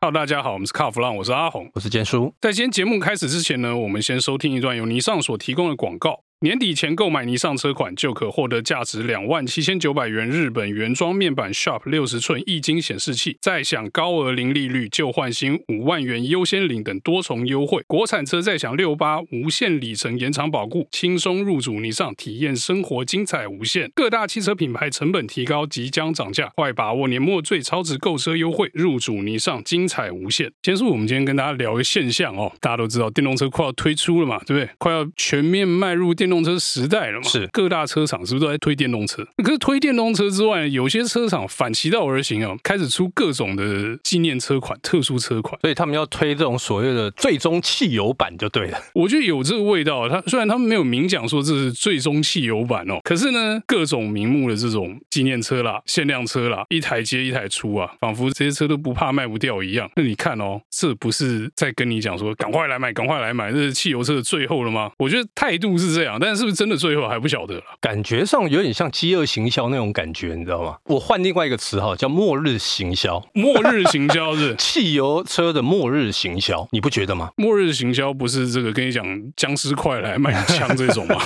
Hello，大家好，我们是卡弗浪，我是阿红。我是坚叔，在今天节目开始之前呢，我们先收听一段由尼桑所提供的广告。年底前购买尼桑车款，就可获得价值两万七千九百元日本原装面板 Sharp 六十寸液晶显示器，再享高额零利率旧换新五万元优先领等多重优惠。国产车再享六八无限里程延长保固，轻松入主尼桑，体验生活精彩无限。各大汽车品牌成本提高，即将涨价，快把握年末最超值购车优惠，入主尼桑，精彩无限。先说我们今天跟大家聊一个现象哦，大家都知道电动车快要推出了嘛，对不对？快要全面迈入电动车时代了嘛。是各大车厂是不是都在推电动车？可是推电动车之外，有些车厂反其道而行啊，开始出各种的纪念车款、特殊车款。所以他们要推这种所谓的最终汽油版就对了，我觉得有这个味道。它虽然他们没有明讲说这是最终汽油版哦，可是呢，各种名目的这种纪念车啦、限量车啦，一台接一台出啊，仿佛这些车都不怕卖不掉一样。那你看哦，这不是在跟你讲说赶快来买，赶快来买，这是汽油车的最后了吗？我觉得态度是这样，但是不是真的最后还不晓得啦。感觉上有点像饥饿行销那种感觉，你知道吗？我换另外一个词哈，叫末日行销，末日行销是汽油车的末日行销，你不觉得吗？末日行销不是这个跟你讲僵尸快来买枪这种吗？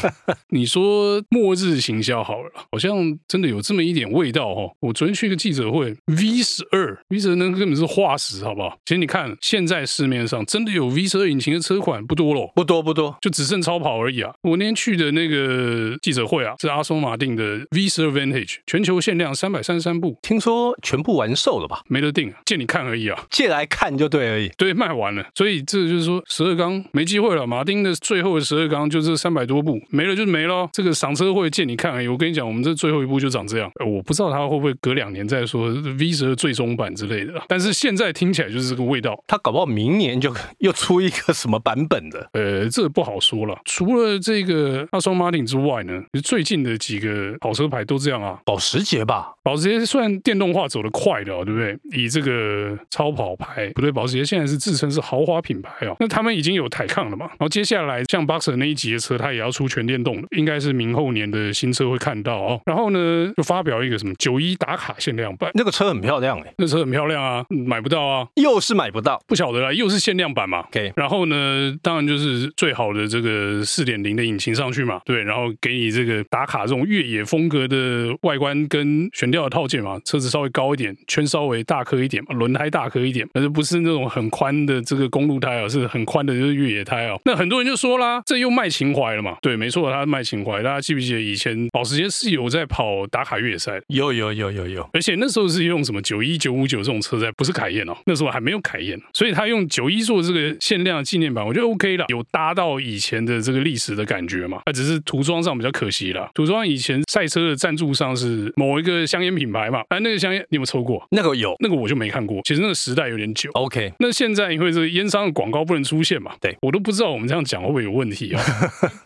你说末日行销好了，好像真的有这么一点味道哦。我昨天去一个记者会，V 十二，V 十二那根本是化石，好不好？其实你看现在市面上真的有 V 十二引擎的车款不多咯。不多不多，就只剩超跑而已啊！我那天去的那个记者会啊，是阿松马丁的 V 十二 Vantage，全球限量三百三十三部，听说全部完售了吧？没得定啊，借你看而已啊。借来看就对而已。对，卖完了，所以这就是说十二缸没机会了。马丁的最后的十二缸就这三百多部，没了就没了。这个赏车会借你看而已。我跟你讲，我们这最后一部就长这样。呃我不知道他会不会隔两年再说 V 十二最终版之类的啦，但是现在听起来就是这个味道。他搞不好明年就 又出一个什么版本的，呃，这不好说了。除了这个阿双马丁之外呢，最近的几个跑车牌都这样啊。保时捷吧？保时捷算电动化走得快的、哦，对不对？以这个超跑牌不对，保时捷现在是自称是豪华品牌哦。那他们已经有台抗了嘛？然后接下来像 Boxer 那一级的车，它也要出全电动的，应该是明后年的新车会看到哦。然后呢，就发表一个什么九一打卡限量版，那个车很漂亮哎、那车很漂亮啊，买不到啊，又是买不到。不晓得啦，又是限量版嘛。 OK，然后呢，当然就是最好的这个四点零的引擎上去嘛，对，然后给你这个打卡这种越野风格的外观跟悬吊的套件嘛，车子稍微高一点，圈稍微大颗一点嘛，轮胎大颗一点，但是不是那种很宽的这个公路胎啊，是很宽的，就是越野胎啊。那很多人就说啦，这又卖情怀了嘛，对，没错，它卖情怀。大家记不记得以前保时捷是有在跑打卡越野赛的？有有有有有，而且那时候是用什么九一九五九这种车在，不是凯宴哦，那时候还没有凯宴，所以他用九一做这个限量纪念版，我觉得 OK 了，有搭到以前的这个历史的感觉嘛。啊那只是涂装上比较可惜啦，涂装以前赛车的赞助商是某一个香烟品牌嘛，哎，那个香烟你有没有抽过？那个有。那个我就没看过，其实那个时代有点久。 OK，那现在因为这个烟商的广告不能出现嘛，对我都不知道我们这样讲会不会有问题哦。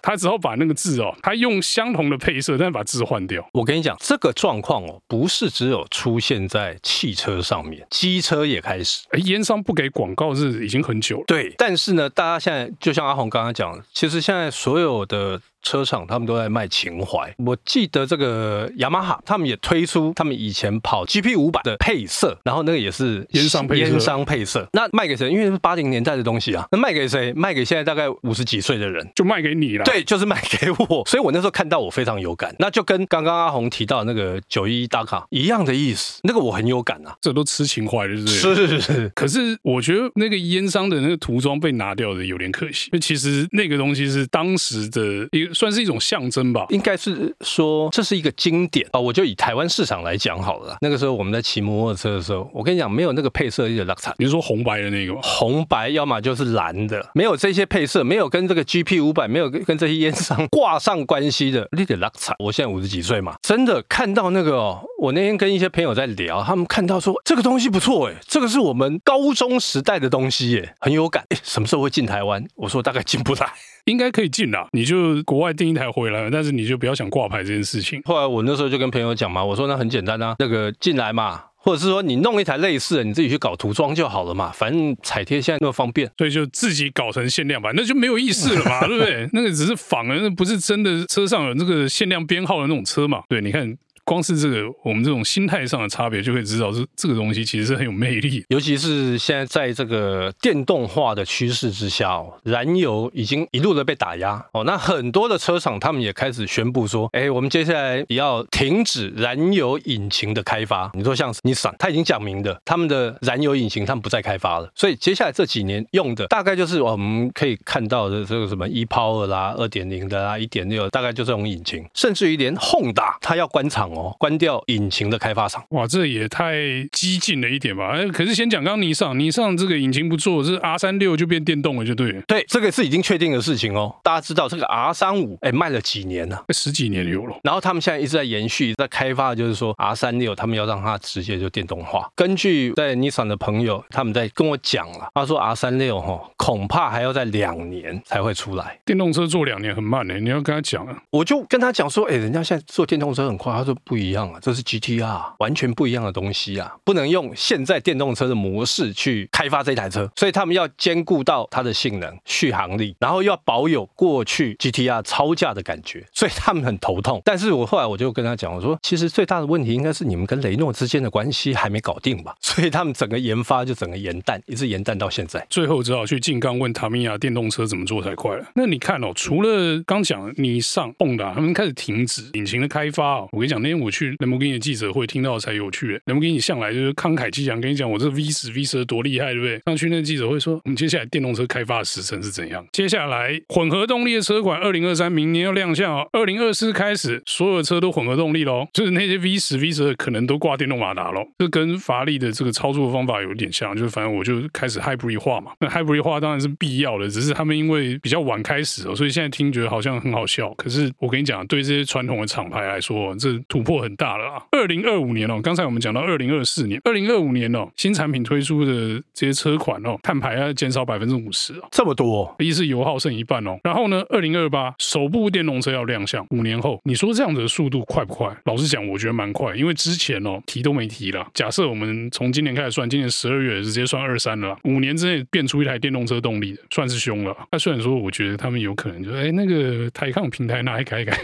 他只好把那个字哦，他用相同的配色，但把字换掉。我跟你讲，这个状况哦，不是只有出现在汽车上面，机车也开始。哎，烟商不给广告是已经很久了。对，但是呢，大家现在就像阿红刚刚讲的，其实现在所有的车厂他们都在卖情怀。我记得这个雅马哈，他们也推出他们以前跑 GP 五百的配色，然后那个也是烟商配色烟商配色。那卖给谁？因为是八零年代的东西啊，那卖给谁？卖给现在大概五十几岁的人。就卖给你了。，对，就是卖给我，所以我那时候看到我非常有感，那就跟刚刚阿红提到那个九一大卡一样的意思，那个我很有感啊，这都吃情怀了，对不对？。是可是我觉得那个烟商的那个涂装被拿掉的有点可惜，因为其实那个东西是当时的一个算是一种象征吧。应该是说这是一个经典啊、我就以台湾市场来讲好了啦。那个时候我们在骑摩托车的时候，我跟你讲，没有那个配色一的拉差。你是说红白的那个吗？红白，要么就是蓝的，没有这些配色，没有跟这个 GP 五百，没有跟跟这些烟商挂上关系的，你得拉惨。我现在五十几岁嘛，真的看到那个哦，我那天跟一些朋友在聊，他们看到说这个东西不错哎，这个是我们高中时代的东西耶，很有感。哎，什么时候会进台湾？我说大概进不来。 应该可以进啦，你就国外订一台回来，但是你就不要想挂牌这件事情。后来我那时候就跟朋友讲嘛，我说那很简单啊，那个进来嘛。或者是说你弄一台类似的，你自己去搞涂装就好了嘛，反正彩贴现在那么方便。所以就自己搞成限量版，那就没有意思了嘛，对不对？那个只是仿的，那不是真的车上有那个限量编号的那种车嘛。对，你看光是这个我们这种心态上的差别，就可以知道这这个东西其实是很有魅力。尤其是现在在这个电动化的趋势之下哦，燃油已经一路的被打压哦。那很多的车厂他们也开始宣布说，哎，我们接下来也要停止燃油引擎的开发。你说像你闪，他已经讲明的，他们的燃油引擎他们不再开发了。所以接下来这几年用的大概就是哦我们可以看到的这个什么 e power 啦、二点零的啦、一点六，大概就这种引擎，甚至于连 Honda 它要关厂哦，关掉引擎的开发厂。哇，这也太激进了一点吧？哎，可是先讲刚刚尼桑，尼桑这个引擎不做，是 R 三六就变电动了，就对了。对，这个是已经确定的事情哦。大家知道这个 R 三五，哎，卖了几年呢、哎十几年有了，然后他们现在一直在延续，在开发，就是说 R 三六，他们要让它直接就电动化。根据在 Nissan 的朋友，他们在跟我讲了，他说 R 三六哈，恐怕还要在两年才会出来。电动车做两年很慢呢、你要跟他讲啊。我就跟他讲说，哎，人家现在做电动车很快，他说不一样啊，这是 GTR，完全不一样的东西啊，不能用现在电动车的模式去开发这台车，所以他们要兼顾到它的性能、续航力，然后又要保有过去 GTR 超价的感觉，所以他们很头痛。但是我后来我就跟他讲，我说其实最大的问题应该是你们跟雷诺之间的关系还没搞定吧，所以他们整个研发就整个延宕，一直延宕到现在。最后只好去静冈问塔米亚电动车怎么做才快了。那你看哦，除了刚讲你上 Honda 他们开始停止引擎的开发哦，我跟你讲，那天我去兰博基尼的记者会听到才有趣。兰博基尼向来就是慷慨激昂，跟你讲我这 V 十 V 十多厉害，对不对？上去那记者会说，我们接下来电动车开发的时程是怎样？接下来混合动力的车款，二零二三明年要亮相哦，二零二四开始所有的车都混合动力喽，哦就是那些 V 十 V 十可能都挂电动马达喽，这跟法拉利的这个操作方法有点像，就是反正我就开始 hybrid 化嘛，那 hybrid 化当然是必要的，只是他们因为比较晚开始哦，所以现在听觉得好像很好笑，可是我跟你讲，对这些传统的厂牌来说，这突破很大了啊。二零二五年哦，刚才我们讲到二零二四年，二零二五年哦，新产品推出的这些车款哦，碳排要减少百分之五十哦。这么多，一是油耗剩一半哦，然后呢，二零二八首部电动车要亮相，五年后，你说这样子的速度快不快？老实讲，我觉得蛮快，因为之前哦提都没提了。假设我们从今年开始算，今年十二月直接算二三了啦，五年之内变出一台电动车动力的，算是凶了。那虽然说，我觉得他们有可能就是哎那个台抗平台拿来改一 改，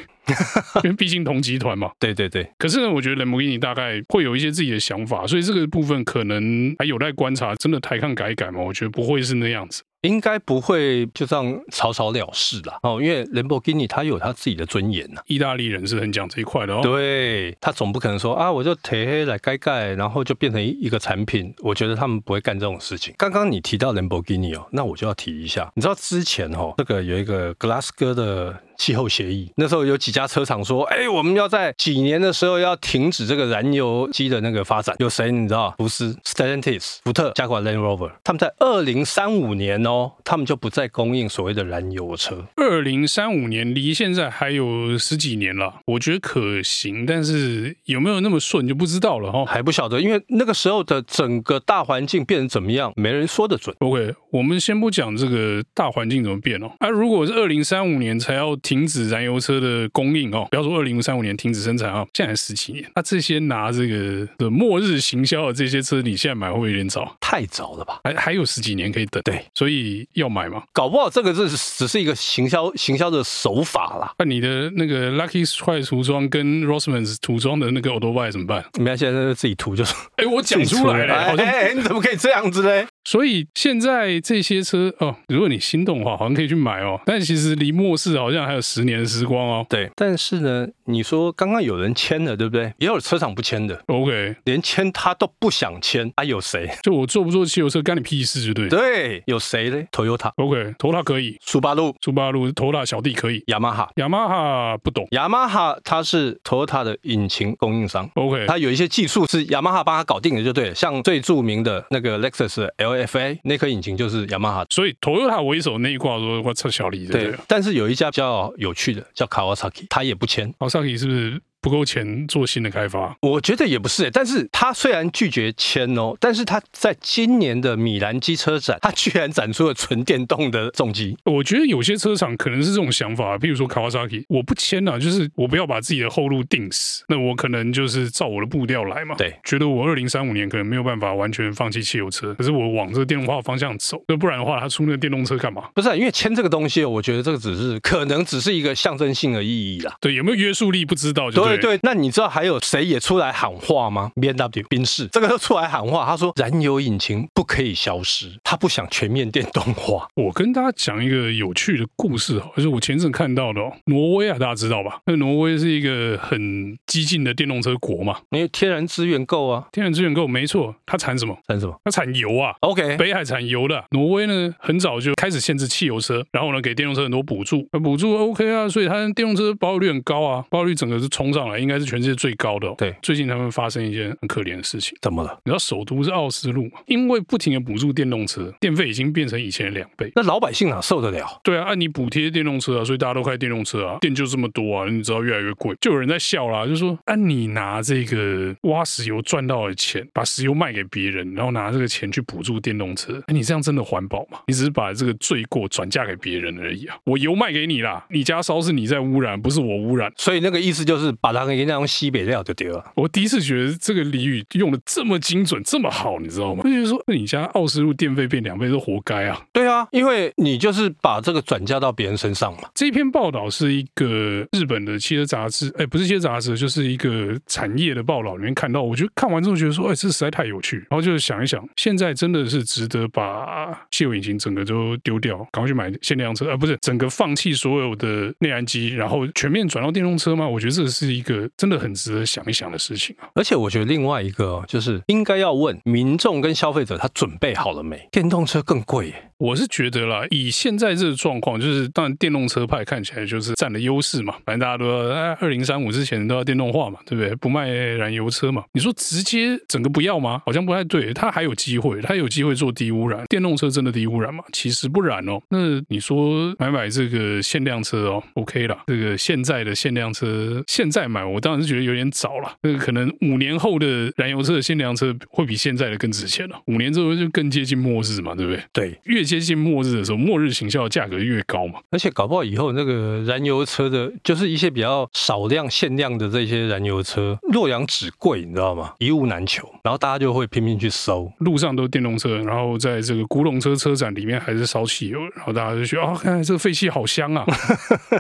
因为毕竟同集团嘛。对对对，可是呢，我觉得兰博基尼大概会有一些自己的想法，所以这个部分可能还有待观察。真的台抗改一改嘛？我觉得不会是那样子。应该不会就这样草草了事啦。哦，因为兰博基尼它有它自己的尊严啊呐、意大利人是很讲这一块的哦。对，他总不可能说啊，我就贴黑来盖盖，然后就变成一一个产品。我觉得他们不会干这种事情。刚刚你提到兰博基尼哦，那我就要提一下。你知道之前哦，这个有一个格拉斯哥的气候协议，那时候有几家车厂说，哎，我们要在几年的时候要停止这个燃油机的那个发展。有谁你知道？福斯、Stellantis、福特、加管 Land Rover，他们在二零三五年哦，他们就不再供应所谓的燃油车。二零三五年离现在还有十几年了，我觉得可行，但是有没有那么顺就不知道了哦哈。还不晓得，因为那个时候的整个大环境变成怎么样，没人说得准。 OK，我们先不讲这个大环境怎么变哦。啊，如果是二零三五年才要停止燃油车的供应哦，不要说二零三五年停止生产哦，现在十七年，那、这些拿这个的末日行销的这些车，你现在买会不会有点早？太早了吧？还还有十几年可以等，对，所以要买嘛。搞不好这个是只是一个行销行销的手法啦。那、你的那个 Lucky Strike 涂装跟 Rossmann 涂装的那个 o d o b i 怎么办？你们现在在自己涂就是哎，我讲出来了，好像哎哎哎你怎么可以这样子嘞？所以现在这些车哦，如果你心动的话，好像可以去买哦。但其实离末世好像还有十年的时光哦。对，但是呢，你说刚刚有人签了，对不对？也有车厂不签的， OK，连签他都不想签啊？有谁？就我做不做汽油车干你屁事，就对。对， 有谁嘞？Toyota、 OK，头大可以，苏巴路、苏巴路头大小弟可以，雅马哈。雅马哈不懂。雅马哈它是 Toyota 的引擎供应商， OK，它有一些技术是雅马哈帮它搞定的，就对了。像最著名的那个 Lexus 的 LFA 那颗引擎就是雅马哈。所以 Toyota 为首那一挂说，我操小李对不对对？，但是有一家比较有趣的叫 Kawasaki，它也不签。奥萨克是不是不够钱做新的开发？我觉得也不是、欸但是它虽然拒绝签哦，但是它在今年的米兰机车展，它居然展出了纯电动的重机。我觉得有些车厂可能是这种想法，啊譬如说 Kawasaki，我不签了、就是我不要把自己的后路定死，那我可能就是照我的步调来嘛。对觉得我二零三五年可能没有办法完全放弃汽油车，可是我往这个电动化方向走，那不然的话，他出那个电动车干嘛？不是啊、因为签这个东西哦，我觉得这个只是可能只是一个象征性的意义啦。对，有没有约束力不知道就对对不对？对，那你知道还有谁也出来喊话吗？B N W 宾士这个都出来喊话，他说燃油引擎不可以消失，他不想全面电动化。我跟大家讲一个有趣的故事哦，就是我前阵看到的哦，挪威啊，大家知道吧？那挪威是一个很激进的电动车国嘛， 因为天然资源够啊，天然资源够，没错，它产什么？算什么它产油啊。 ？OK，北海产油的挪威呢，很早就开始限制汽油车，然后呢给电动车很多补助，那补助 OK 啊，所以它电动车保有率很高啊，保有率整个是冲上来，应该是全世界最高的、哦。对最近他们发生一件很可怜的事情。怎么了？你知道首都是奥斯陆嘛？因为不停的补助电动车，电费已经变成以前的两倍。那老百姓哪受得了？对啊，按、你补贴电动车啊，所以大家都开电动车啊，电就这么多啊，你知道越来越贵，就有人在笑啦，就说啊，你拿这个挖石油赚到的钱，把石油卖给别人，然后拿这个钱去补助电动车，哎你这样真的环保吗？你只是把这个罪过转嫁给别人而已啊，我油卖给你啦，你家烧是你在污染，不是我污染。所以那个意思就是把它给那种西北料就丢了。我第一次觉得这个俚语用的这么精准，这么好，你知道吗？就是说，那你家奥斯陆电费变两倍都活该啊！对啊，因为你就是把这个转嫁到别人身上嘛。这篇报道是一个日本的汽车杂志，哎，不是汽车杂志，就是一个产业的报道里面看到，我就看完之后觉得说，哎，这实在太有趣，然后就想一想，现在真的是值得把汽油引擎整个都丢掉，赶快去买限量车，而、不是整个放弃所有的内燃机，然后全面转到电动车吗？我觉得这是一个真的很值得想一想的事情啊。而且我觉得另外一个哦就是应该要问民众跟消费者，他准备好了没？电动车更贵耶，我是觉得啦，以现在这个状况，就是当然电动车派看起来就是占了优势嘛，反正大家都要哎二零三五之前都要电动化嘛，对不对？不卖燃油车嘛。你说直接整个不要吗？好像不太对，它还有机会，它有机会做低污染。电动车真的低污染吗？其实不然哦。那你说买买这个限量车哦，OK 啦，这个现在的限量车现在买，我当然是觉得有点早了。那个可能五年后的燃油车的限量车会比现在的更值钱了，五年之后就更接近末日嘛，对不对？对，越接近末日的时候，末日行销的价格越高嘛。而且搞不好以后那个燃油车的，就是一些比较少量限量的这些燃油车，洛阳纸贵，你知道吗？一物难求，然后大家就会拼命去搜。路上都是电动车，然后在这个古董车车展里面还是烧汽油，然后大家就觉得啊、哦，看这个废气好香啊，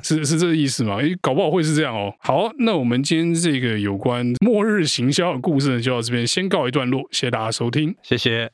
是是这个意思吗？诶，搞不好会是这样哦。好，那我们今天这个有关末日行销的故事呢，就到这边先告一段落，谢谢大家收听。谢谢。